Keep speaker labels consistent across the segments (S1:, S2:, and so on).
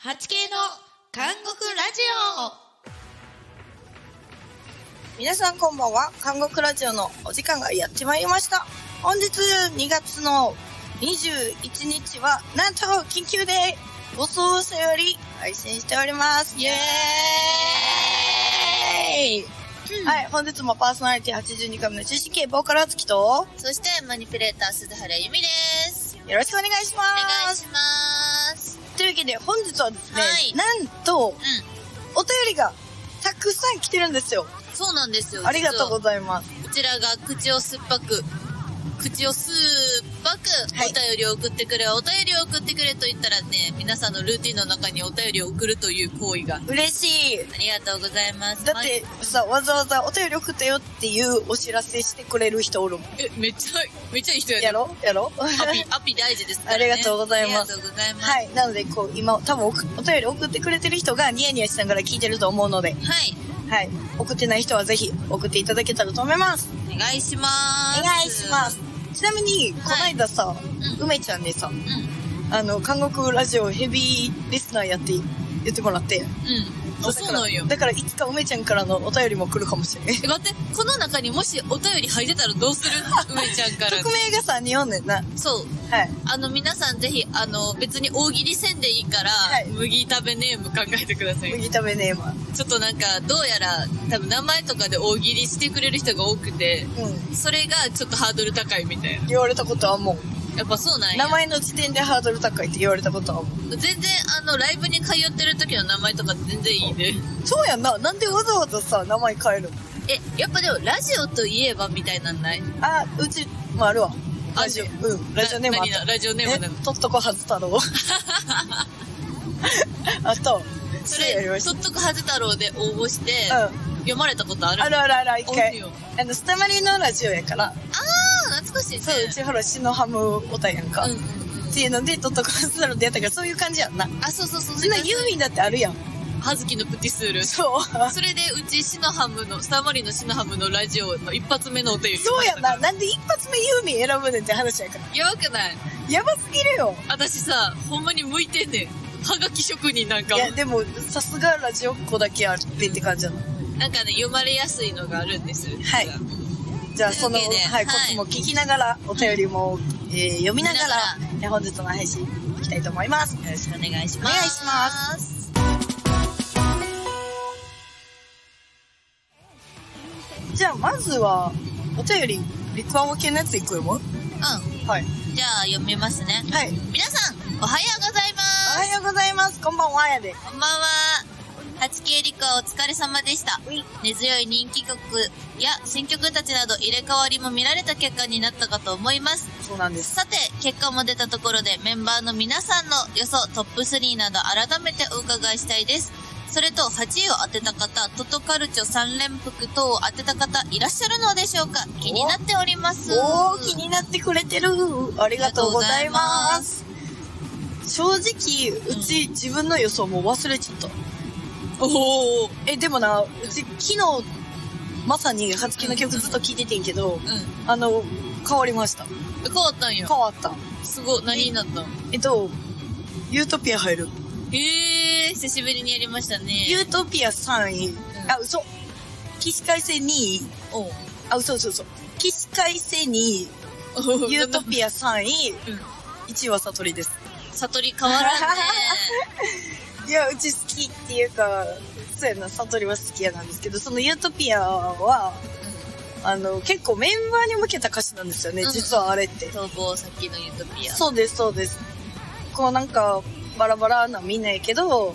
S1: 8K の監獄ラジ
S2: 皆さんこんばんは韓国ラジオのお時間がやってまいりました本日2月の21日はなんと緊急で放送さより配信しておりますイエーイ、
S1: オ。
S2: はいい本日もパーソナリティ82回目の中心系ボーカルあつきと
S1: そして、マニピュレーター、鈴原由美です。
S2: よろしくお願いしま
S1: お願い
S2: す
S1: します。
S2: というわけで本日はですね、
S1: はい
S2: なんと
S1: う
S2: お便りがたくさん来てるんですよ
S1: ん。そうなんですよ。
S2: ありがとうございます
S1: 実はこちらが口を酸っぱく、口を酸っぱく、
S2: はい
S1: お便りを送ってくれ、お便りを送ってくれと言ったらね、皆さんのルーティンの中にお便りを送るという行為が。
S2: 嬉しい
S1: ありがとうございます。
S2: だってさ、わざわざお便り送ったよっていうお知らせしてくれる人おるもん。
S1: え、めっちゃ、めっちゃいい人やね
S2: やろやろ
S1: ア
S2: は
S1: ピ、アピ大事ですからね。
S2: ありがとうございます
S1: ありがとうございます。
S2: い。なので、こう、今、多分おくお便り送ってくれてる人がニヤニヤしながら聞いてると思うので、
S1: はい。
S2: はい。送ってない人はぜひ送っていただけたらと思います。
S1: お願いします。
S2: お願いします。。ちなみに、こないださ、
S1: ん
S2: 梅ちゃんにさ、
S1: うん。うん。
S2: あの、韓国ラジオヘビーリスナーやって言ってもらって。
S1: あ、そうなんよ。
S2: だから、だからいつか梅ちゃんからのお便りも来るかもしれない。
S1: え、待って、この中にもしお便り入ってたらどうす る梅ちゃんから。
S2: 匿名がさ、似合うねんな。
S1: そう。
S2: はい。
S1: あの、皆さんぜひ、あの、別に大喜利せんでいいから、
S2: はい
S1: 麦食べネーム考えてください。
S2: 麦食べねーま。
S1: ちょっとなんか、どうやら、多分名前とかで大喜利してくれる人が多くて、
S2: うん。
S1: それがちょっとハードル高いみたいな。
S2: 言われたことはもう、
S1: やっぱそうなんや
S2: 名。前の時点でハードル高いって言われたことはも
S1: 全然、あの、ライブに通ってる時の名前とか全然いいね。
S2: う。そうやんな。なんでわざわざさ、名前変えるの
S1: え、やっぱでも、ラジオといえばみたいなんない
S2: あ、うちもあるわ。ラジオ、
S1: あ
S2: うん。ラジオネームあっ
S1: な何なラジオネームなの
S2: た。とっとこはず太 郎。あと、
S1: そ
S2: やり
S1: れ、
S2: まし
S1: そっとくはず太郎で応募して、
S2: た。うん。
S1: 読まれたことある
S2: あるあるある、一
S1: おる
S2: 回
S1: よ。
S2: あの、スタマリのラジオやから、
S1: あ懐かしいね。
S2: そう、うちほら、シノハムオタやんか。
S1: うんう
S2: っ
S1: ん
S2: ていうので、とっとこはず太郎でやったから、そういう感じやんな。
S1: あ、そうそうそう。
S2: そんなユーミンだってあるやん。
S1: はずきのプティスール。
S2: そう。
S1: それで、うち、シノハムの、スターマリンのシノハムのラジオの一発目のお便り。
S2: そうやんな。。なんで一発目ユーミン選ぶねんって話やから。
S1: やばくない
S2: やばすぎるよ。
S1: 私さ、ほんまに向いてんねん。はがき職人なんか
S2: い
S1: も
S2: やでもさすがラジオっ子だけあってって感じなの
S1: なんかね、読まれやすいのがあるんです。
S2: はいじゃあその、
S1: というわけで
S2: はい、コ
S1: はい
S2: ツも聞きながらお便りも、えー読みながら
S1: 見
S2: えー本日の配信いきたいと思います
S1: よろしくお願いします。。
S2: お願いしますじゃあまずはお便りリクワモ系のやついくよも
S1: う
S2: はい
S1: ん。じゃあ、読みますね。
S2: はい
S1: 皆さん、おはようございま
S2: おは
S1: す。
S2: ようございますこんばんはやで
S1: こんばんは。8K リコお疲れ様でした。
S2: うい
S1: 根強い人気曲や新曲たちなど入れ替わりも見られた結果になったかと思います。
S2: そうなんです
S1: さて、結果も出たところでメンバーの皆さんの予想トップ3など改めてお伺いしたいです。それと8位を当てた方、トトカルチョ3連服等を当てた方いらっしゃるのでしょうか気になっております。
S2: おー気になってくれてるあり
S1: あり
S2: がとうございます
S1: す。
S2: 正直うち自分の予想も忘れちゃった
S1: おお。
S2: えでもなうち昨日まさに初期の曲ずっと聴いててんけど、
S1: う
S2: あの、変わりました。
S1: ん。変わったんや
S2: 変。わった。
S1: すごい。何になったん
S2: えっと、ユートピア入る。
S1: へえー、久しぶりにやりましたね。
S2: ユートピア3位。あ、嘘。起死回生2位。
S1: おう
S2: あ、嘘嘘嘘。起死回生2位。ユートピア3位。
S1: うん
S2: 1位は悟りです。
S1: 悟り変わらんね。
S2: いや、うち好きっていうか、そうやな、悟りは好きやなんですけど、そのユートピアは、あの、結構メンバーに向けた歌詞なんですよね、
S1: うん
S2: 実はあれって。
S1: 逃亡先のユートピア。
S2: そうです、そうです。こうなんか、バラバラなみんなやけど、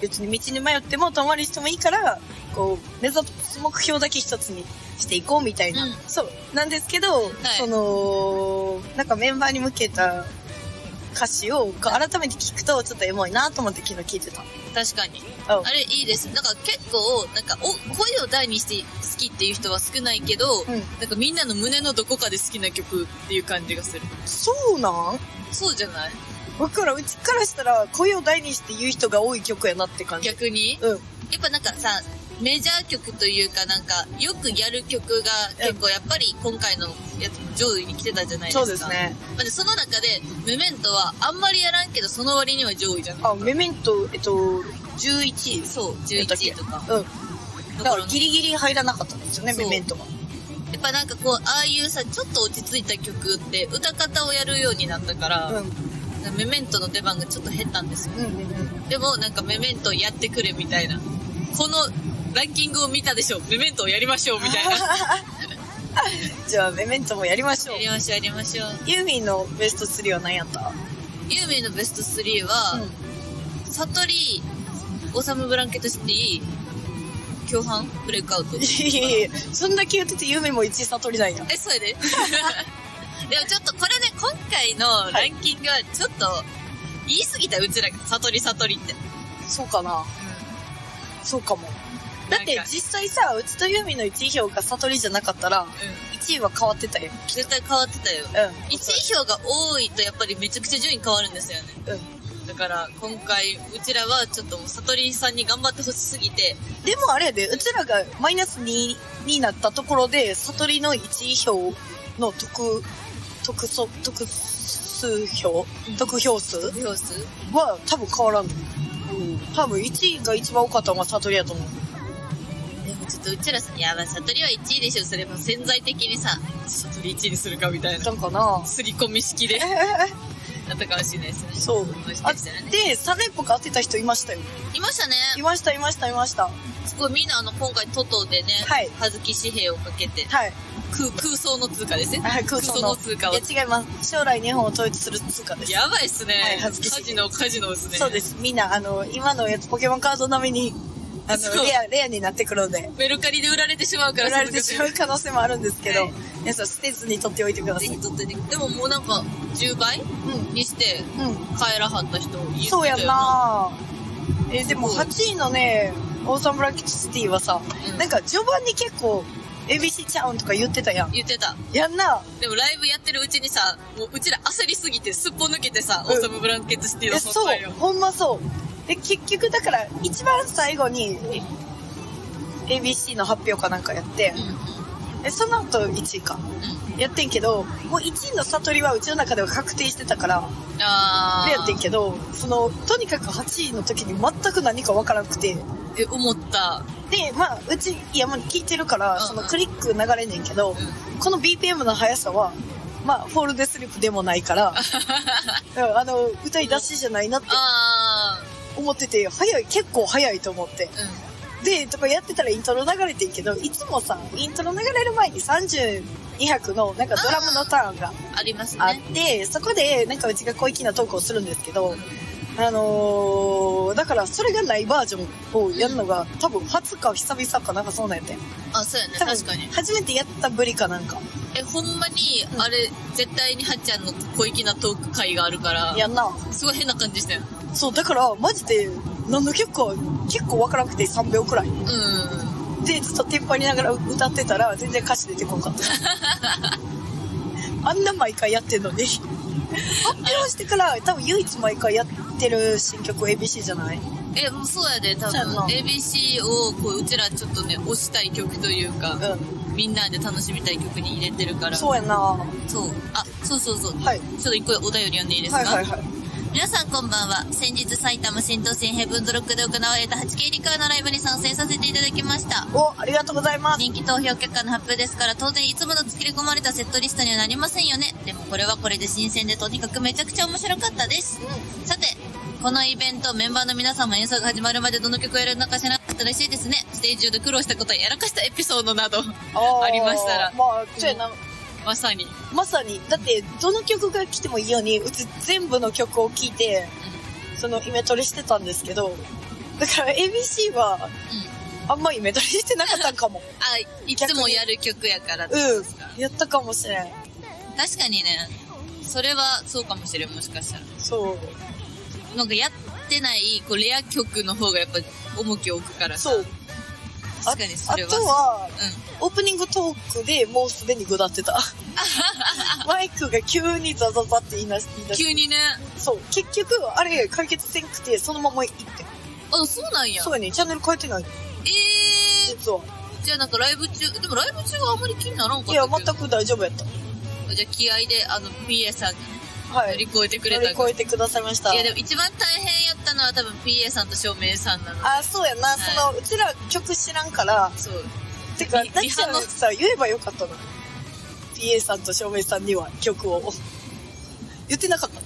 S2: 別に道に迷っても泊まりしてもいいから、こう、目指す目標だけ一つにしていこうみたいな。
S1: うん
S2: そう、なんですけど、その、なんかメンバーに向けた歌詞をこう改めて聞くと、ちょっとエモいなと思って昨日聞いてた。
S1: 確かに。
S2: あ
S1: あれいいです。なんか結構、なんか、お、声を大にして好きっていう人は少ないけど、
S2: うん。
S1: なんかみんなの胸のどこかで好きな曲っていう感じがする。
S2: そうなん
S1: そうじゃない
S2: わからん。うちからしたら、声を大にして言う人が多い曲やなって感じ。
S1: 逆に
S2: うん。
S1: やっぱなんかさ、メジャー曲というかなんか、よくやる曲が結構やっぱり今回のやつも上位に来てたじゃないです
S2: そ
S1: か。
S2: うです。ね。
S1: まあで、その中で、メメントはあんまりやらんけど、その割には上位じゃない
S2: あ、メメント、えっと、11位。
S1: そう、
S2: やったっ
S1: 11
S2: け
S1: 位とか。
S2: うん。だ
S1: だ
S2: か
S1: から
S2: らギリギリ入らなかったんですよね、
S1: そう
S2: メメントが。
S1: やっぱなんかこう、ああいうさ、ちょっと落ち着いた曲って、歌方をやるようになったから、
S2: うん。
S1: メメントの出番がちょっと減ったんですよ。
S2: うんうんうん。
S1: でもなんかメメントやってくれみたいな。このランキングを見たでしょ、メメントをやりましょうみたい な。
S2: じゃあ、メメントもやりましょう
S1: や。りましょう、やりましょう。
S2: ユーミンのベスト3は何やった
S1: ユーミンのベスト3は、サトリー、オーサムブランケットシティ、共犯ブレイクアウト。
S2: いやいやいやそんだけ言っててユーミンも1位悟りなんや。
S1: え、そうやで。 でもちょっとこれね、今回のランキングはちょっと、言い過ぎたうちらが、サトリサトリって。
S2: そうかなそうかも。だって
S1: なんか
S2: 実際さ、うちとユーミンの1位票が悟りじゃなかったら、1位は変わってたよ。
S1: 絶対変わってたよ。
S2: うん。
S1: 1位票が多いとやっぱりめちゃくちゃ順位変わるんですよね。
S2: うん。
S1: だから今回うちらはちょっともう悟りさんに頑張ってほしすぎて、
S2: でもあれやで、うちらがマイナス2になったところで、悟りの1位票の得、得そ、得数票
S1: うん
S2: 得票数
S1: 票数
S2: は多分変わらん。多分1位が一番多かったのが悟りやと思う。
S1: でもちょっとうちらさ、いやばい、悟りは1位でしょ。それも潜在的にさ、悟り1位にするかみたいな
S2: な。んかな
S1: すり込み式で、なったかもしれないですね。
S2: そう
S1: もし
S2: あ
S1: か
S2: っ
S1: したらね。
S2: て、3連覇が当てた人いましたよ。
S1: いましたね。
S2: いました、いました、いました。
S1: すごいみんなあの、今回トトでね、
S2: はい
S1: 葉月紙幣をかけて、
S2: はい。
S1: 空空想の通貨ですね。
S2: はい空想の
S1: 空想の通貨を。
S2: いや、違います。将来日本を統一する通貨です。
S1: やばいっすね。
S2: はい
S1: カ
S2: 葉月紙幣
S1: ジノ、カジノですね。
S2: そうです。みんな、あの、今のやつ、ポケモンカード並みに、あ
S1: そ
S2: の、
S1: う
S2: レア、レアになってくるので、
S1: メルカリで売られてしまうから
S2: 売られてしまう可能性もあるんですけど
S1: はい、
S2: 皆さん捨てずに取っておいてくださ
S1: ぜ
S2: い。
S1: ひ取ってねでももうなんか10倍
S2: う
S1: にして
S2: ん。うん。
S1: 帰らはった人いる
S2: そうやんなえーでも8位のね、オーサムブラッキッシティはさ、
S1: うん
S2: なんか序盤に結構、ABC ちゃうんとか言ってたやん。
S1: 言ってた
S2: やんな
S1: でもライブやってるうちにさもううちら焦りすぎてすっぽ抜けてさ、
S2: うん
S1: オーサムブランケットシティの
S2: え、
S1: 存
S2: そう
S1: 在を、
S2: ほんまそう。で、結局だから、一番最後に、ABC の発表かなんかやって、え、その後1位か。やってんけど、もう1位の悟りはうちの中では確定してたから、
S1: あ
S2: あ
S1: あ
S2: れやってんけど、その、とにかく8位の時に全く何かわからなくて、
S1: え思った、
S2: で、まあ、うち、いや、もう聞いてるから、
S1: うんうん
S2: そのクリック流れねんけど、
S1: う
S2: この BPM の速さは、まあ、フォールデスリップでもない から、うんあの、歌い出しじゃないなって
S1: ああ
S2: 思ってて、早い、結構早いと思って。
S1: う
S2: で、とかやってたらイントロ流れてんけど、いつもさ、イントロ流れる前に32拍の、なんかドラムのターンが
S1: んあります
S2: あっ
S1: ね
S2: て、そこで、なんかうちが小粋なトークをするんですけど、あのー、だからそれがないバージョンをやるのが、多分初か久々かなんかそうなんやってん。
S1: あそうやね
S2: 多分
S1: 確かに
S2: 初めてやったぶりかなんか。
S1: えほんまにあれ絶対にはっちゃんの小粋なトーク会があるから
S2: やんな。
S1: すごい変な感じしたよ
S2: そう、だから、マジで、何の曲か、結構わからなくて3秒くらい。
S1: うん
S2: で、ちょっとテンパりながら歌ってたら、全然歌詞出てこん かった。あんな毎回やってんのに。発表してから、多分唯一毎回やってる新曲 ABC じゃない
S1: え、もうそうやで、多
S2: そうや
S1: 分
S2: な
S1: ABC をこううちらちょっとね、推したい曲というか、
S2: う
S1: みんなで楽しみたい曲に入れてるか
S2: ん。
S1: ら。
S2: そうやなは
S1: そうあ、そうそうそう。ちょ
S2: い。
S1: っと一個お便り読んでいいですか、
S2: はいはいはい。
S1: 皆さんこんばんは。先日埼玉新都心ヘブンドロックで行われた 8K リカーのライブに参戦させていただきました。
S2: お、ありがとうございます。
S1: 人気投票結果の発表ですから当然いつもの作り込まれたセットリストにはなりませんよねでもこれはこれで新鮮でとにかくめちゃくちゃ面白かったです、さてこのイベントメンバーの皆さんも演奏が始まるまでどの曲をやるのか知らなかったら嬉しいですねステージ上で苦労したことややらかしたエピソードなど
S2: あー
S1: ありましたら
S2: まあ、そうやな。
S1: まさに
S2: まさに、だって、どの曲が来てもいいように、うち全部の曲を聴いて、その、イメトレしてたんですけど、だから ABC は、あんまイメトレしてなかっ たんかも。
S1: あいつもやる曲やからってことですか
S2: うん。やったかもしれん。
S1: 確かにねそれはそうかもしれんもしかしたら
S2: そう。
S1: なんかやってないこうレア曲の方がやっぱ重きを置くからさ
S2: そう。
S1: 確かにそ
S2: あ
S1: れは
S2: とは、
S1: うん
S2: オープニングトークでもうすでにぐだって た。マイクが急にザザザって言いなし、言いなし
S1: 急にね
S2: そう。結局、あれ解決せんくて、そのまま行って。
S1: あそうなんや
S2: そうやね。チャンネル変えてない。
S1: え
S2: そ
S1: じゃあなんかライブ中、でもライブ中はあんまり気にならんかった
S2: う。
S1: け
S2: い
S1: ど。
S2: や、全く大丈夫やった。
S1: じゃあ気合で、あの、PA さんに
S2: は
S1: 乗り
S2: い。
S1: 越えてくれ
S2: 乗
S1: た
S2: り
S1: んか
S2: 越えてくださいました
S1: い。やでも一番大変やったのは多分 PA さんと照明さんなの。
S2: あ、そうやな。その、うちら曲知らんから、
S1: そう。
S2: てか、
S1: リ
S2: なっちゃん
S1: リハの
S2: さ、言えばよかったの。PA さんと照明さんには曲を。言ってなかった
S3: っ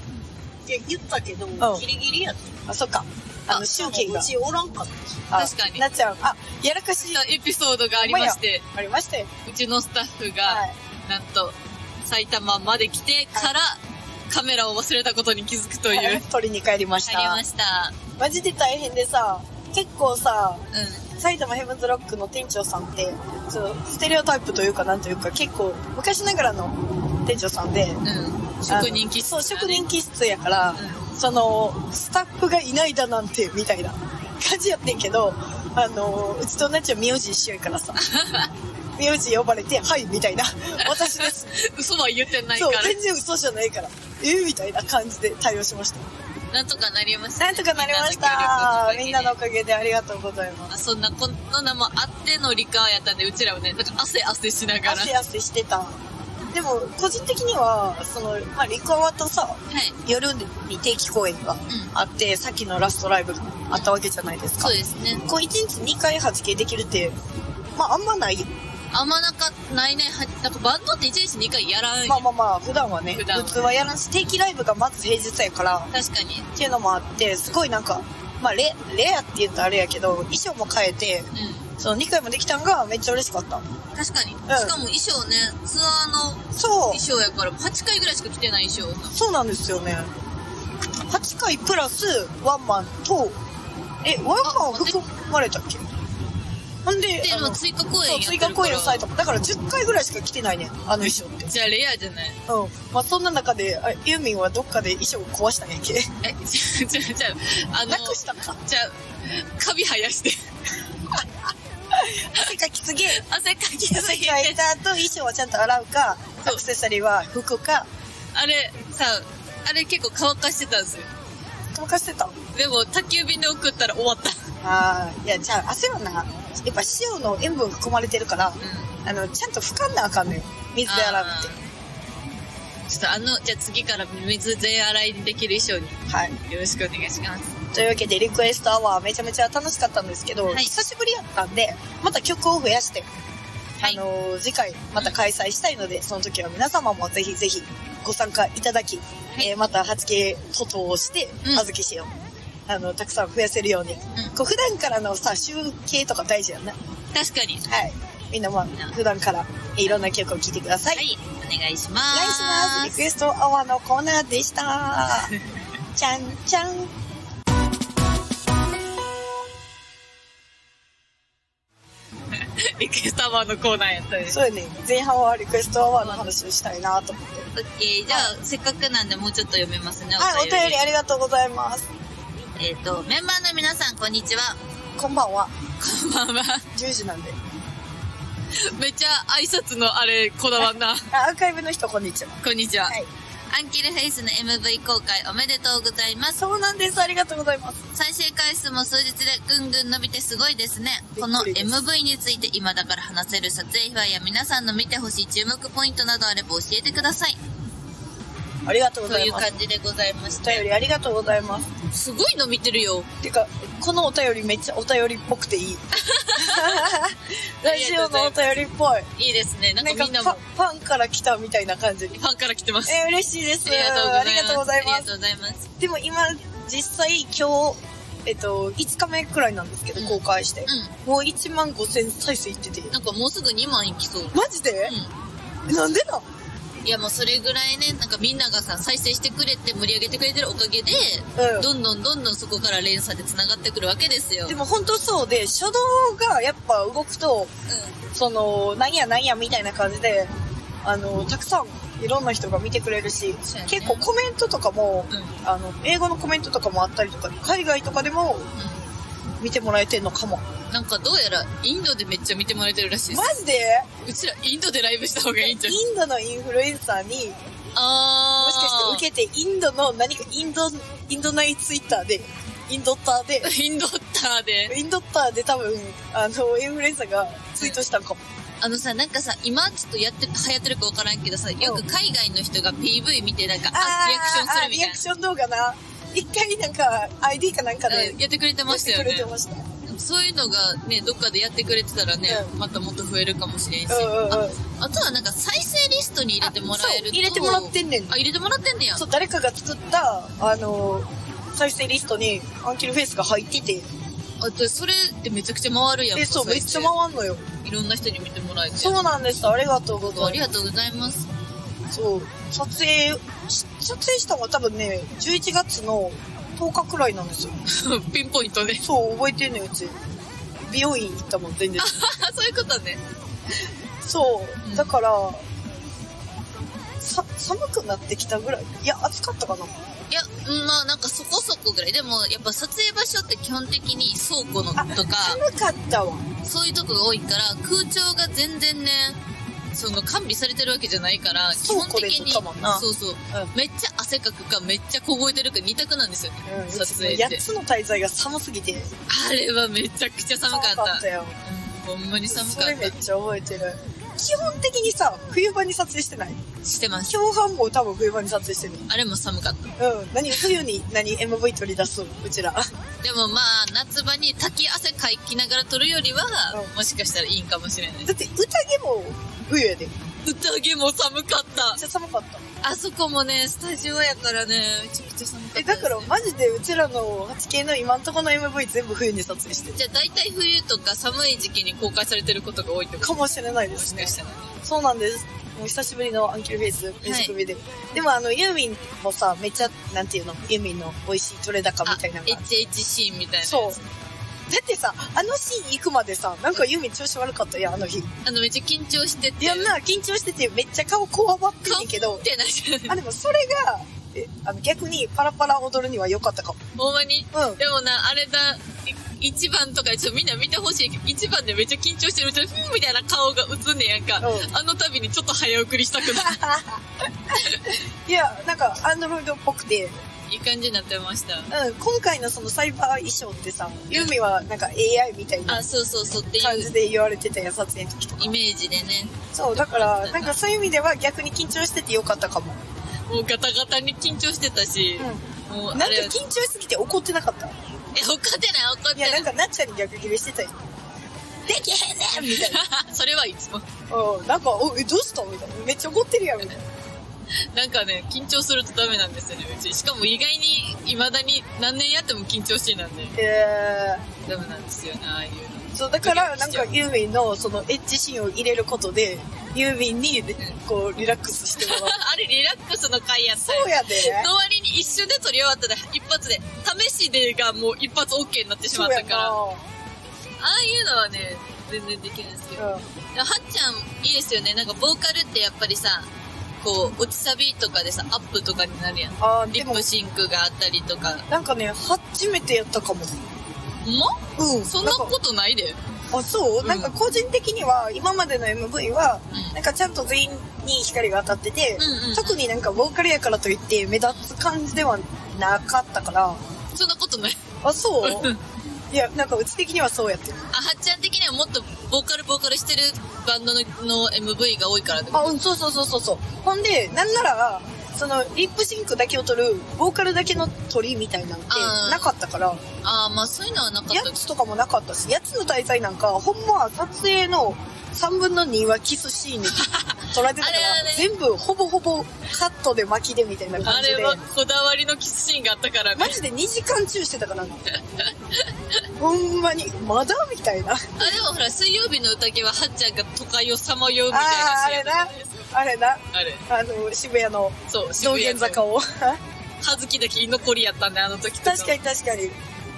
S3: て言ったけど、
S2: ん
S3: ギリギリやった。
S2: あ、そっか。あの、集金が
S3: う。ちおらんかった。
S2: あ
S1: 確かに
S2: なっちゃん、あ、やらかし
S1: エピソードがありまして、
S2: ありましたよ。
S1: うちのスタッフが、
S2: はい。
S1: なんと、埼玉まで来てから、カメラを忘れたことに気づくという。
S2: はい取りに帰りまし
S1: 帰り
S2: た
S1: ま。した。
S2: マジで大変でさ、結構さ、
S1: う
S2: 埼玉ヘブンズロックの店長さんって、そのステレオタイプというかなんというか結構昔ながらの店長さんで、
S1: ん。うん。職人気質
S2: あ
S1: だ
S2: の
S1: ね、
S2: そう、職人気質やから、その、スタッフがいないだなんて、みたいな感じやってんけど、あの、うちとなっちゃん名字一緒 やからさ、名字呼ばれて、はい、みたいな、私です。
S1: うん。嘘は言ってないか
S2: そう
S1: ら、。
S2: 全然嘘じゃないから、えーみたいな感じで対応しました。
S1: なんとかなりました、ね。
S2: なんとかなりました。みんなのおかげでありがとうございます。
S1: あそんなこの名もあってのリカーやったんで、うちらはね、なんか汗汗しながら。は
S2: 汗汗してた。でも、個人的には、その、まあ、リクアワとさ、
S1: い。
S2: 夜に定期公演が
S1: うん。
S2: あって、さっきのラストライブがあったわけじゃないですか
S1: そう。ですね。
S2: こう1日2回発形できるって、まああんまない。
S1: あんまなんか、ないね。はなんかバンドって1日2回やらんよ。
S2: まあまあまあ、普段はね、
S1: 普段は
S2: 普通はやらんし、定期ライブがまず平日やから、
S1: 確かに。
S2: っていうのもあって、すごいなんか、まあレ、レアって言うとあれやけど、衣装も変えて、
S1: う
S2: その2回もできたんがめっちゃ嬉しかった。
S1: ん。確かに。しかも衣装ね、ツアーの
S2: そう
S1: 衣。装やから、8回ぐらいしか着てない衣装さ。
S2: そうなんですよね。8回プラスワンマンと、え、ワンマンは含まれたっけほんで、
S1: で、
S2: あ
S1: も
S2: の
S1: 追加公演
S2: そ
S1: やっ
S2: う、
S1: て
S2: 追
S1: るか
S2: 加
S1: ら。
S2: 公演をされた。だから10回ぐらいしか来てないね、あの衣装って。
S1: じゃあレアじゃない
S2: うん。まあ、そんな中で、あユーミンはどっかで衣装を壊したんやっけ
S1: え、 じゃあ、じゃあ、じゃあ、あの
S2: な、くしたんか。
S1: じゃあ、カビ生やして。
S2: 汗かきすぎ。
S1: 汗かきす
S2: 汗
S1: ぎて。
S2: かいた後、衣装はちゃんと洗うか、ア
S1: そう
S2: クセサリーは服か、
S1: あれ、さ、あれ結構乾かしてたんですよ。
S2: 乾かしてた。
S1: でも、宅急便で送ったら終わった。
S2: ああ、いや、じゃあ汗はな、やっぱ塩の塩分含まれてるから、
S1: うん。
S2: あの、ちゃんと拭かんなあかんのよ。水で洗うって。
S1: ちょっとあの、じゃあ次から水全洗いにできる衣装に
S2: はい。
S1: よろしくお願いします。
S2: というわけで、リクエストアワーめちゃめちゃ楽しかったんですけど、
S1: はい
S2: 久しぶりやったんで、また曲を増やして、
S1: はい
S2: あのー次回また開催したいので、その時は皆様もぜひぜひご参加いただき、
S1: い
S2: えーまた初系徒党をして
S1: う、ん
S2: あずきしを、あの、たくさん増やせるように。こう普段からのさ、集計とか大事やんな。は
S1: 確かに。
S2: い。みんなまあ
S1: ん、
S2: 普段からえーいろんな曲を聴いてください。
S1: はい、お願いします。
S2: お願いします。リクエストアワーのコーナーでした。 ちゃんちゃん。
S1: リクエストアワーのコーナーやったです。
S2: そうやね。前半はリクエストアワーの話をしたいなと思って。
S1: オッケー、じゃあ、せっかくなんでもうちょっと読めますね。
S2: はい、お便りありがとうございます。
S1: えっ、と、メンバーの皆さん、こんにちは。
S2: こんばんは。
S1: こんばんは。
S2: 10時なんで。
S1: めっちゃ挨拶のあれ、こだわ んな。
S2: あアーカイブの人、こんにちは。
S1: こんにちは。
S2: はい
S1: アンキルフェイスの MV 公開おめでとうございます。
S2: そうなんです。ありがとうございます。
S1: 再生回数も数日でぐんぐん伸びてすごいですね。
S2: びっ
S1: この
S2: くりです
S1: MV について今だから話せる撮影秘話や皆さんの見てほしい注目ポイントなどあれば教えてください。
S2: ありがとうご
S1: と
S2: ざ
S1: い
S2: いうます。
S1: 感じでございまし
S2: お便
S1: て。
S2: りありがとうございます。
S1: すごい伸びてるよ。
S2: てか、このお便りめっちゃお便りっぽくていい。 ラジオのお便りっぽい。
S1: いいですね。なん
S2: な
S1: か
S2: んか
S1: みんな
S2: ファ
S1: も
S2: ファンから来たみたいな感じに。
S1: ファンから来てます。
S2: えー、嬉しいです。
S1: ありがとうございます。
S2: ありがとう
S1: うございます。
S2: でも今、実際今日、えっと、5日目くらいなんですけど、
S1: うん
S2: 公開して。もう1万5千再生いってて
S1: う。ん。なんかもうすぐ2万いきそう。
S2: マジで、なんでなん
S1: いやもうそれぐらいね、なんかみんながさ、再生してくれて盛り上げてくれてるおかげで、
S2: うん
S1: どんどんどんどんそこから連鎖で繋がってくるわけですよ。
S2: でも本当そうで、初動がやっぱ動くと、その、なんやなんやみたいな感じで、あの、たくさんいろんな人が見てくれるし、
S1: そうやね
S2: 結構コメントとかも、
S1: うん。うん。
S2: あの、英語のコメントとかもあったりとか、海外とかでも見てもらえてんのかも。
S1: うん。なんかどうやらインドでめっちゃ見てもらえてるらしいです
S2: マ。ジで
S1: うちらインドでライブした方がいい
S2: イ
S1: んじゃない
S2: ンドのインフルエンサーに、もしか
S1: あー。
S2: して受けてインドの何かインド、インド内ツイッターでインドッター で、
S1: インドッターで。
S2: インドッターで多分、あの、インフルエンサーがツイートしたのかも。
S1: あのさ、なんかさ、今ちょっとやって、流行ってるかわからんけどさ、よく海外の人が PV 見てなんか、あ、リアクションするみ
S2: あーあーリ
S1: たい
S2: アクション動画な。一回なんか ID かなんか
S1: な。
S2: で
S1: うんやってくれて
S2: や
S1: ま
S2: っ
S1: した
S2: て
S1: よ
S2: くれて
S1: ね。
S2: ました。
S1: そういうのがね、どっかでやってくれてたらね、
S2: う
S1: またもっと増えるかもしれんし。
S2: うんうんうん。
S1: ああとはなんか再生リストに入れてもらえる
S2: そ
S1: と。
S2: う入れてもらってんねん。
S1: あ、入れてもらってんねや。
S2: そう、誰かが作った、あの、再生リストにアンキルフェイスが入ってて、
S1: あと、それってめちゃくちゃ回るやん
S2: で、
S1: か。
S2: そう、め
S1: 再
S2: っちゃ
S1: 生
S2: 回んのよ。
S1: いろんな人に見てもらえて。
S2: そうなんです。ありがとうご
S1: あ
S2: ざい
S1: り
S2: ま
S1: がとうございます。
S2: す。そう。撮影、し撮影したのが多分ね、11月の10日くらいなんですよ。
S1: ピンポイント で。
S2: そう、覚えてんのよ、うち。美容院行ったもん、 全然。
S1: あ、そういうことね。
S2: そうう。
S1: ん
S2: だから、さ、寒くなってきたぐらい。いや、暑かったかな。
S1: いや、うんまあなんかそこそこぐらい。でも、やっぱ撮影場所って基本的に倉庫のとか、
S2: 寒かったわ。
S1: そういうとこが多いから、空調が全然ね、その完備されてるわけじゃないから、基
S2: 倉
S1: 本
S2: 庫で
S1: 的に、
S2: 撮ったもんな
S1: そうそう、
S2: う
S1: めっちゃ汗かくか、めっちゃ凍えてるか、二択なんですよね。
S2: うん、
S1: 撮影って
S2: 8つの滞在が寒すぎて。
S1: あれはめちゃくちゃ寒かった。
S2: よ。
S1: うんほんまに寒か
S2: それめ
S1: っ
S2: っちゃ覚えてる。基本的にさ、冬場に撮影してない
S1: た。してます。
S2: 共犯も多分冬場に撮影してる。
S1: あれも寒かった。
S2: うん。何、冬に何 MV 取り出すうちら。
S1: でもまあ、夏場に滝汗かきながら撮るよりは、
S2: う
S1: もしかしたらいいんかもしれない。
S2: だって、宴も冬やで。めっ
S1: 宴も寒かった。
S2: ちゃ寒かった。
S1: あそこもね、スタジオやからね、めちゃくちゃ寒かった、
S2: え、だから、マジでうちらの 8K の今んとこの MV 全部冬に撮影してる。
S1: じゃあ大体冬とか寒い時期に公開されてることが多いってこと
S2: かもしれないで
S1: も
S2: す
S1: し
S2: ね
S1: か。したらね。
S2: そうなんです。もう久しぶりのアンキルフェイスミュージックビデオ。でもあの、ユーミンもさ、めっちゃ、なんていうの、ユーミンの美味しい取れ高みたいなのがあって
S1: HHC みたいな。
S2: そう。だってさ、あのシーン行くまでさ、なんかユミ調子悪かったやん、あの日。
S1: あの、めっちゃ緊張してて。
S2: いやん
S1: っ
S2: な、緊張してて、めっちゃ顔こわばってんねんけど、
S1: てなっちゃう。
S2: あ、でもそれが、えあの逆にパラパラ踊るには良かったかも。
S1: ほんまに。
S2: うん。
S1: でもな、あれだ、い一番とか、ちょっとみんな見てほしいけど、一番でめっちゃ緊張してるうちに、ふんみたいな顔が映んねやんか。
S2: うん
S1: あの度にちょっと早送りしたくなる。
S2: いや、なんか、アンドロイドっぽくて、うん、
S1: いい感じになってました。
S2: 今回のそのサイバー衣装ってさ、ユミはなんか AI みたいな
S1: あ、そうそうそうってい
S2: 感じ
S1: う
S2: で言われてたやん、撮影の時とか
S1: イ。メージでね。
S2: そう、だから、なんかそういう意味では逆に緊張してて良かったかも。
S1: もうガタガタに緊張してたし、
S2: う。
S1: もうんあ
S2: なんか
S1: れ、
S2: 緊張しすぎて怒ってなかった。
S1: え、怒ってない怒っ
S2: い
S1: て
S2: や、
S1: な
S2: ないん。かなっちゃんに逆ギレしてたよ。できへんねんみたい
S1: それはいつも。
S2: な。 うん。なんか、お、え、どうしたみたいな。めっちゃ怒ってるやん、みたいな。
S1: なんかね、緊張するとダメなんですよね、うち。しかも意外に、未だに何年やっても緊張しいなんで、
S2: え
S1: ダメなんですよね、ああいうの。
S2: ー、そう、だから、なんか、ユーミンの、その、エッジシーンを入れることで、ユーミンに、こう、リラックスしてもらう。
S1: あれ、リラックスの回やった
S2: そう
S1: よ。
S2: やで。
S1: の割に一瞬で撮り終わったで、一発で、試しでがもう一発 OK になってしま
S2: そ
S1: っ
S2: うや
S1: たから、あ
S2: な。
S1: あいうのはね、全然できないんですけど。
S2: うん。
S1: でもはっちゃん、いいですよね。なんか、ボーカルってやっぱりさ、こう、落ちサビとかでさ、アップとかになるやん。
S2: あー、
S1: リ
S2: で
S1: ッ
S2: も
S1: プ、シンクがあったりとか。
S2: なんかね、初めてやったかも。
S1: ほんま
S2: うん。
S1: そんな
S2: か
S1: ことないで。
S2: あ、そう、
S1: うん
S2: なんか個人的には、今までの MV は、
S1: うん
S2: なんかちゃんと全員に光が当たってて、
S1: うんうん。
S2: 特になんかボーカルやからといって目立つ感じではなかったから、
S1: そんなことない。
S2: あ、そう
S1: うん
S2: いや、なんかうち的にはそうやってる。
S1: あ、はっちゃん的にはもっとボーカルボーカルしてるバンドのの MV が多いからってこ
S2: あ、うん、そうそうそうそうそう。ほんで、なんなら、その、リップシンクだけを取る、ボーカルだけの取りみたいなんて
S1: あー
S2: なかったから、
S1: とああ、まあそういうのはなかっ
S2: や
S1: たけ
S2: つとかもなかったし、やつの滞在なんか、ほんまは撮影の3分の2はキスシーンに 撮られてたから
S1: あれあれ、
S2: 全部ほぼほぼカットで巻きでみたいな
S1: ど。あ
S2: 感じで
S1: れ。はこだわりのキスシーンがあったからね。
S2: マジで2時間中してたからな。ほんまに、まだみたいな。
S1: あ、でもほら、水曜日の宴ははっちゃんが都会をさまようみたい
S2: あーあれ
S1: なシー
S2: な
S1: ンやったじゃないですか。
S2: あれな、
S1: あれ。
S2: あの、渋谷の
S1: そう、
S2: 道玄坂
S1: を。
S2: を。
S1: 葉月だけ居残りやったんで、あの時と
S2: 確かに確かに。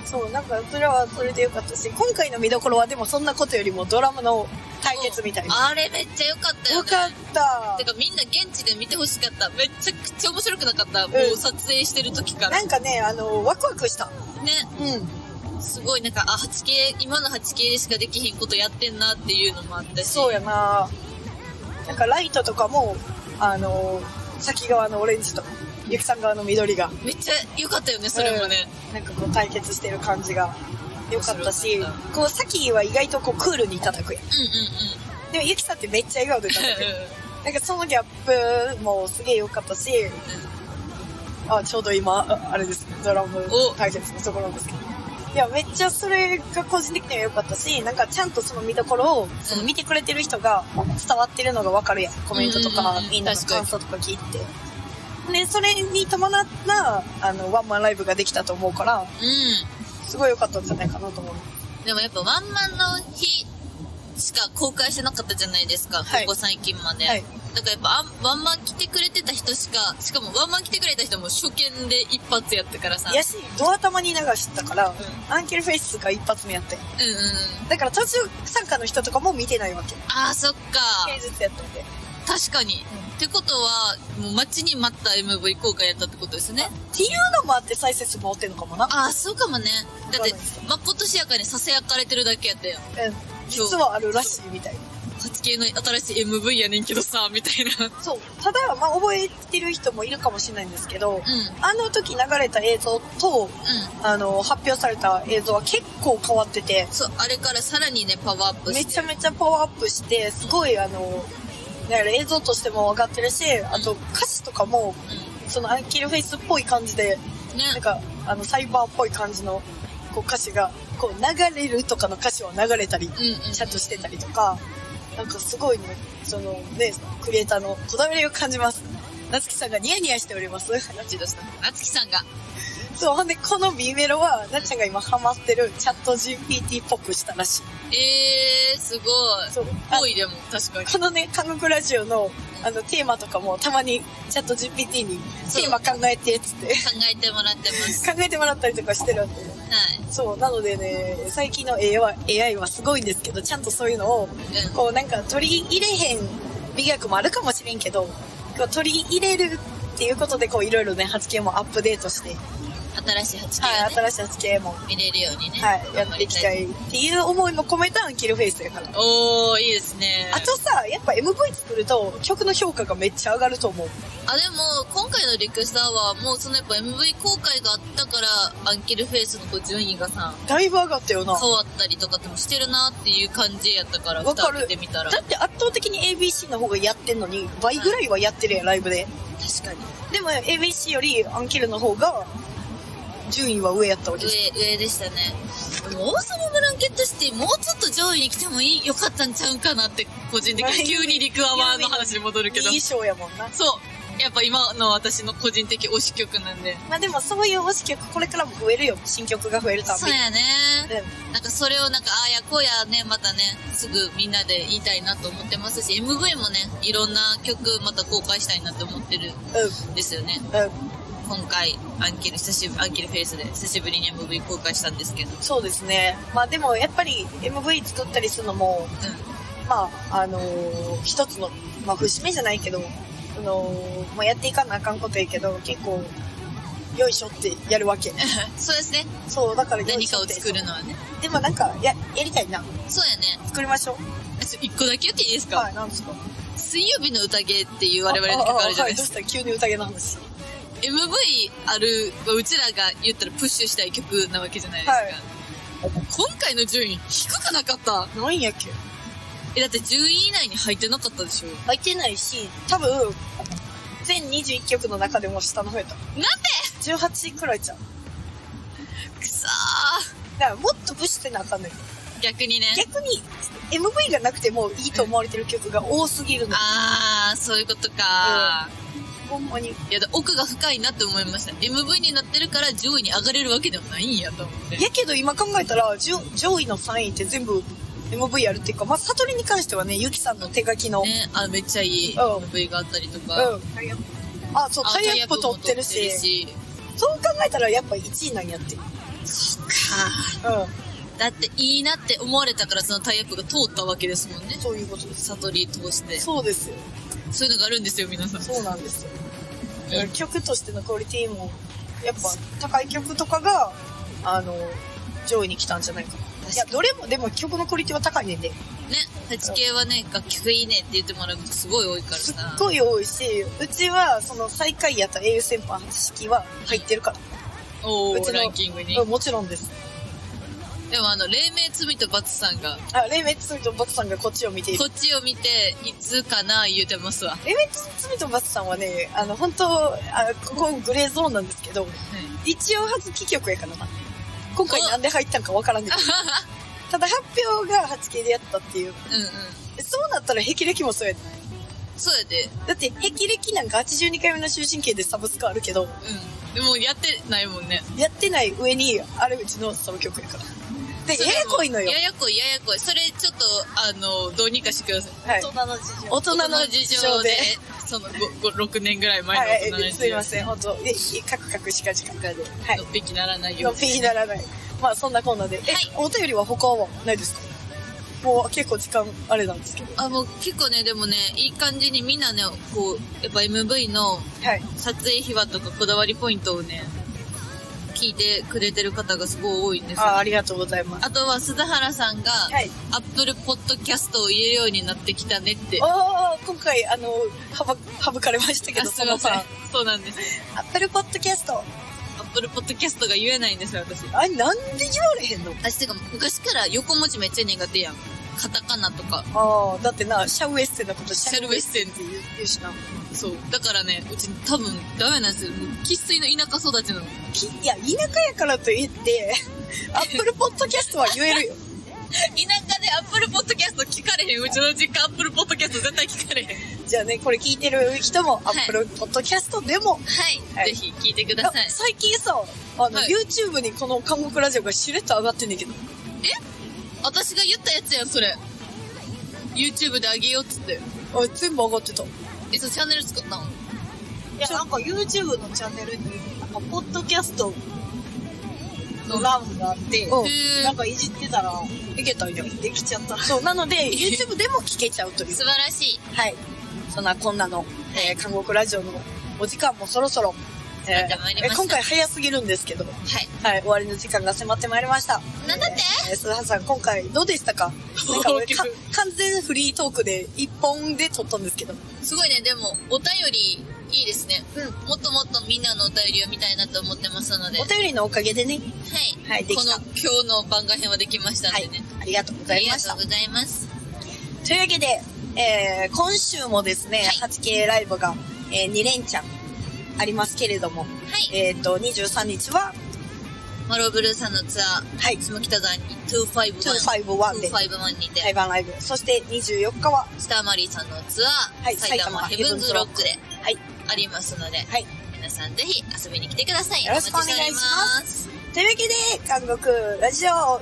S2: そう、なんか、それはそれでよかったし、今回の見どころはでもそんなことよりもドラムの対決みたいな。
S1: あれめっちゃ良かったよ
S2: よ
S1: ね。
S2: かった
S1: て。かみんな現地で見てほしかった。めちゃくちゃ面白くなかった。もう撮影してる時から。
S2: な
S1: ね
S2: んかね、あの、ワクワクした。うん。
S1: すごいなんか、あ、8K、今の 8K しかできへんことやってんなっていうのもあったし。
S2: そうやななんかライトとかも、あの、先側のオレンジとか、
S1: うん。
S2: ゆきさん側の緑が、
S1: めっちゃ良かったよね、それもね。
S2: なんかこう対決してる感じが良かったし
S1: 面白かっ、
S2: こう、さきは意外とこうクールにいただくやん。
S1: うんうん
S2: でもゆきさんってめっちゃ笑顔でいただくやん。なんかそのギャップもすげえ良かったし、あ、ちょうど今、ああれです、ドラム
S1: お
S2: 対決のところなんですけど。いや、めっちゃそれが個人的には良かったし、なんかちゃんとその見どころを、その見てくれてる人が伝わってるのがわかるやん。コメントと
S1: うん
S2: か
S1: うんう、ん
S2: みんなの
S1: 確かに
S2: 感想とか聞いて。で、それに伴った、あの、ワンマンライブができたと思うから、
S1: うん。うん。
S2: すごい良かったんじゃないかなと思う。
S1: でもやっぱワンマンの日しか公開してなかったじゃないですか、
S2: はい
S1: ここ最近まで。
S2: はい
S1: だからやっぱあんワンマン来てくれてた人しか、しかもワンマン来てくれた人も初見で一発やったからさ。
S2: やし、ドア玉に流してたから、
S1: う
S2: アンケルフェイスが一発目やって。
S1: うんうん。
S2: だから途中参加の人とかも見てないわけ。
S1: ああ、そっか。
S2: 平日やったんで。
S1: 確かに。ってことは、もう待ちに待った MV 公開やったってことですね。
S2: っていうのもあって再生数回ってんのかもな。
S1: ああ、そうかもね。だって
S2: わかんないです、
S1: まことしやかにささやかれてるだけやったよ。
S2: うん。実はあるらしいみたいな。
S1: 8K の新しい MV やねんけどさ、みたいな。
S2: そう。ただ、まあ、覚えてる人もいるかもしれないんですけど、
S1: うん、うん。
S2: あの時流れた映像と、あの、発表された映像は結構変わってて、
S1: そう、あれからさらにね、パワーアップして。
S2: めちゃめちゃパワーアップして、すごい、あの、だから映像としても上がってるし、あと歌詞とかも、そのアンキルフェイスっぽい感じで、
S1: うん。ね。
S2: なんか、あの、サイバーっぽい感じの、こう歌詞が、こう流れるとかの歌詞は流れたり、
S1: うんうん。
S2: シャッとしてたりとか、なんかすごいね、そのね、クリエイターのこだわりを感じます。夏樹さんがニヤニヤしております。
S1: ちどうしたあつきさんが。
S2: そう、ほんで、この B メロは、なっちゃんが今ハマってるチャット GPT っぽくしたらしい。
S1: えー、すごい。
S2: そう。あ
S1: 多いでも、確かに。
S2: このね、韓国ラジオの、あの、テーマとかも、たまにチャット GPT に、
S1: そう
S2: テーマ考えて、つって、
S1: 考 えてもらってます。
S2: 考えてもらったりとかしてるんで。
S1: はい。
S2: そう、なのでね、最近の AI は AI はすごいんですけど、ちゃんとそういうのを、
S1: うん。
S2: こうなんか取り入れへん美学もあるかもしれんけど、こう取り入れるっていうことでこういろいろね、発見もアップデートして、
S1: 新しい8
S2: は
S1: がね、
S2: い、新しい発見も、
S1: 見れるようにね。
S2: はい、やっていきたいっていう思いも込めたアンキルフェイスやから。
S1: おー、いいですね。
S2: あとさ、やっぱ MV 作ると曲の評価がめっちゃ上がると思う。
S1: あ、でも、今回のリクエストアワーも、そのやっぱ MV 公開があったから、アンキルフェイスのこう順位がさ、
S2: だいぶ上がったよな。
S1: 変わったりとかってもしてるなっていう感じやったから、
S2: わ
S1: 蓋
S2: か
S1: 開
S2: る
S1: けてみたら。
S2: だって圧倒的に ABC の方がやってんのに、倍ぐらいはやってるやん、ライブで。
S1: 確かに。
S2: でも ABC よりアンキルの方が、順位は上やったわけです。
S1: 上、上でしたね。でも、王様ブランケットシティ、もうちょっと上位に来てもいい、よかったんちゃうんかなって、個人的 に。急にリクアワーの話に戻るけど
S2: いい。賞やもんな。
S1: そう。やっぱ今の私の個人的推し曲なんで。
S2: まあでもそういう推し曲これからも増えるよ。新曲が増えるた
S1: そう
S2: びに。
S1: やね。
S2: うん
S1: なんかそれをなんか、ああやこうやね、またね、すぐみんなで言いたいなと思ってますし、MV もね、いろんな曲また公開したいなって思ってるんですよね。
S2: うん、うん、
S1: 今回、アンキル、久しぶり、アンキルフェイスで久しぶりに MV 公開したんですけど。
S2: そうですね。まあでもやっぱり MV 作ったりするのも、
S1: う
S2: まあ、あのー一つの、まあ節目じゃないけど、あのーまあやっていかなあかんことやけど、結構、よいしょってやるわけ。
S1: ん。 そうですね。
S2: そう、だからよい
S1: 何
S2: し
S1: か
S2: ょっ
S1: を
S2: て。
S1: 作るのはね。
S2: でもなんか、や、やりたいな。
S1: そうやね。
S2: 作りましょう。
S1: あちょ一個だけ言っていいですか、
S2: はい、なんですか。
S1: 水曜日の宴っていう我々の曲あるじゃないですか。
S2: あああはい、どうした急に宴の話。
S1: MV ある、うちらが言ったらプッシュしたい曲なわけじゃないですか。
S2: はい
S1: 今回の順位低くなかった
S2: 何やっけ
S1: え、だって10位以内に入ってなかったでしょなん
S2: 空いてないし、多分、全21曲の中でも下の方やった。
S1: で
S2: 18位くらいちゃう。
S1: くそ
S2: だからもっとブシってなあかんねん。
S1: ー逆にね。
S2: 逆に、MV がなくてもいいと思われてる曲が多すぎるの。
S1: あー、そういうことか、
S2: ほんまに。
S1: いや、だ奥が深いなって思いました。MV になってるから上位に上がれるわけでもないんやと思って。
S2: やけど今考えたら、じゅ上位の3位って全部 MV やるっていうか、まあ、悟りに関してはね、ゆきさんの手書きの。
S1: ね、あ、めっちゃいい
S2: うん
S1: MV があったりと
S2: う
S1: か。
S2: ん。あ、そう、タイアップ
S1: タイアップも撮っ
S2: 取ってる
S1: てる
S2: し。
S1: し
S2: そう考えたらやっぱ1位なんやって。うん。
S1: かだっていいなって思われたからそのタイアップが通ったわけですもんね。
S2: そういうことです。
S1: 悟り通して。
S2: そうですよ。
S1: そういうのがあるんですよ、皆さん。
S2: そうなんですよ。だ
S1: う
S2: から
S1: ん
S2: 曲としてのクオリティも、やっぱ高い曲とかが、あの、上位に来たんじゃないかな。いや、どれもでも曲のクオリティは高いねんで。
S1: 8K はね、楽曲いいねって言ってもらうことすごい多いから
S2: すっ
S1: さ。
S2: ごい多いし、うちは、その最下位やった英雄先輩式は入ってるから。
S1: お
S2: うち
S1: ー、
S2: の
S1: ランキングに。
S2: うんもちろんです。
S1: でもあの、黎明罪と罰さんが、
S2: あ、レイメッツ罪とバツさんがこっちを見ている
S1: こ。っちを見て、いつかな言うてますわ。
S2: レイメッツ罪とバツさんはね、あの、本当あここグレーゾーンなんですけど、一応初帰曲やからな。今回なんで入ったんかわからんけど。ただ発表が 8K でやったっていう。
S1: うんうん。
S2: そうなったら霹靂もそうやで。
S1: そうやで。
S2: だって、霹靂なんか82回目の終身刑でサブスクあるけど、
S1: うん。でもやってないもんね。
S2: やってない上に、あれうちのソロ曲やから。で、
S1: そ
S2: や
S1: れも
S2: やこいのよ
S1: や。やこい、ややこい。それちょっと、あの、どうにかしてください。
S2: は
S3: 大
S2: い。
S3: 人の事情。
S2: 大人の事情で。
S1: その、ごご6年ぐらい
S2: は
S1: 前の大人の
S2: い、
S1: 事
S2: すい
S1: 情
S2: ません、本当え、カクカクしかじかで。はい。
S1: のっぴきならないよ
S2: の
S1: う
S2: っ
S1: に。
S2: ぴきならない。まあ、そんなこんなで。え、
S1: はい
S2: お便りは他はないですかもう結構時間、あれなんですけど。
S1: あ、もう結構ね、でもね、いい感じにみんなね、こう、やっぱ MV の
S2: はい。
S1: 撮影秘話とかこだわりポイントをね、聞いてくれてる方がすごい多いんですよ。
S2: あありがとうございます。
S1: あとは、鈴原さんが、
S2: はい。
S1: アップルポッドキャストを入れるようになってきたねって。
S2: ああ、今回、あの、はば、省かれましたけ
S1: あ
S2: ど、
S1: す
S2: そ
S1: いま
S2: の
S1: せん
S2: さ、。
S1: そうなんです。
S2: アップルポッドキャスト。
S1: アップルポッドキャストが言えないんですよ、私。
S2: あれ、なんで言われへんの
S1: 私、てか昔から横文字めっちゃ苦手やん。カタカナとか。
S2: ああ、だってな、シャウエッセンのこと
S1: シャルウェッセン
S2: って言う言うしな。
S1: そう。だからね、うち多分ダメなんですよ。もう生粋の 田舎育ちなの。
S2: きいや、田舎やからと いって、アップルポッドキャストは言えるよ。
S1: 田舎でアップルポッドキャスト聞かれへん。うちの実家アップルポッドキャスト絶対聞かれへん。は
S2: じゃあね、これ聞いてる人も、アップルポッドキャストでも、
S1: い。
S2: はい
S1: ぜひ聞いてください
S2: あ。最近さ、あの、
S1: はい
S2: YouTube にこの韓国ラジオがしれっと上がってんねんけど。
S1: 私が言ったやつやん、それ。YouTube であげようっつって。
S2: あ全部上がってた。
S1: え、そう、チャンネル作ったの
S3: いや、なんか YouTube のチャンネルに、なんか、ポッドキャストの欄があって、
S2: うん
S1: へ
S3: なん
S1: ー
S3: かいじってたら、
S2: いけたんよ。
S3: できちゃった。
S2: そう、なので、YouTube でも聞けちゃうという
S1: 素。晴らしい。
S2: はい。そんなこんなの、えー韓国ラジオのお時間もそろそろ、
S1: や
S2: え
S1: ってまいり
S2: ー
S1: ました
S2: 今回早すぎるんですけど、は
S1: はい。
S2: い、終わりの時間が迫ってまいりました。
S1: なんだって
S2: えー、須田さん、今回どうでし たかなんか俺か完全フリートークで一本で撮ったんですけど。
S1: すごいね、でも、お便り、いいですね。うん。もっともっとみんなのお便りを見たいなと思ってますので。
S2: お便りのおかげでね、
S1: はい。
S2: はいできた
S1: この、今日の番外編はできましたん
S2: は
S1: で
S2: い
S1: ね。、
S2: ありがとうござ
S1: あ
S2: い
S1: りが
S2: まし
S1: と
S2: た
S1: う。ございます。
S2: というわけで、えー今週もですね、
S1: は
S2: 8K ライブが、え2連チャンありますけれども、
S1: はい。
S2: えっ、と、23日は、
S1: マローブルーさんのツアー、
S2: はい、
S1: 下北沢に251。
S2: 251で、
S1: 251にて、
S2: 対バンライブ。そして24日は、
S1: スターマリーさんのツアー、
S2: はい
S1: 埼玉ヘ
S2: 埼
S1: ブ
S2: 玉
S1: ンズロックで
S2: はい、
S1: ありますので、
S2: はい。
S1: 皆さんぜひ遊びに来てください。
S2: よろしくお願いします
S1: お待ちしております。
S2: というわけで、韓国ラジオ、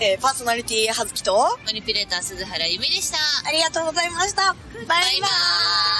S2: えーパーソナリティはずきと、
S1: マニピュレーター鈴原由美でした。
S2: ありがとうございました。バイバ
S1: バイバ
S2: イ
S1: ーイ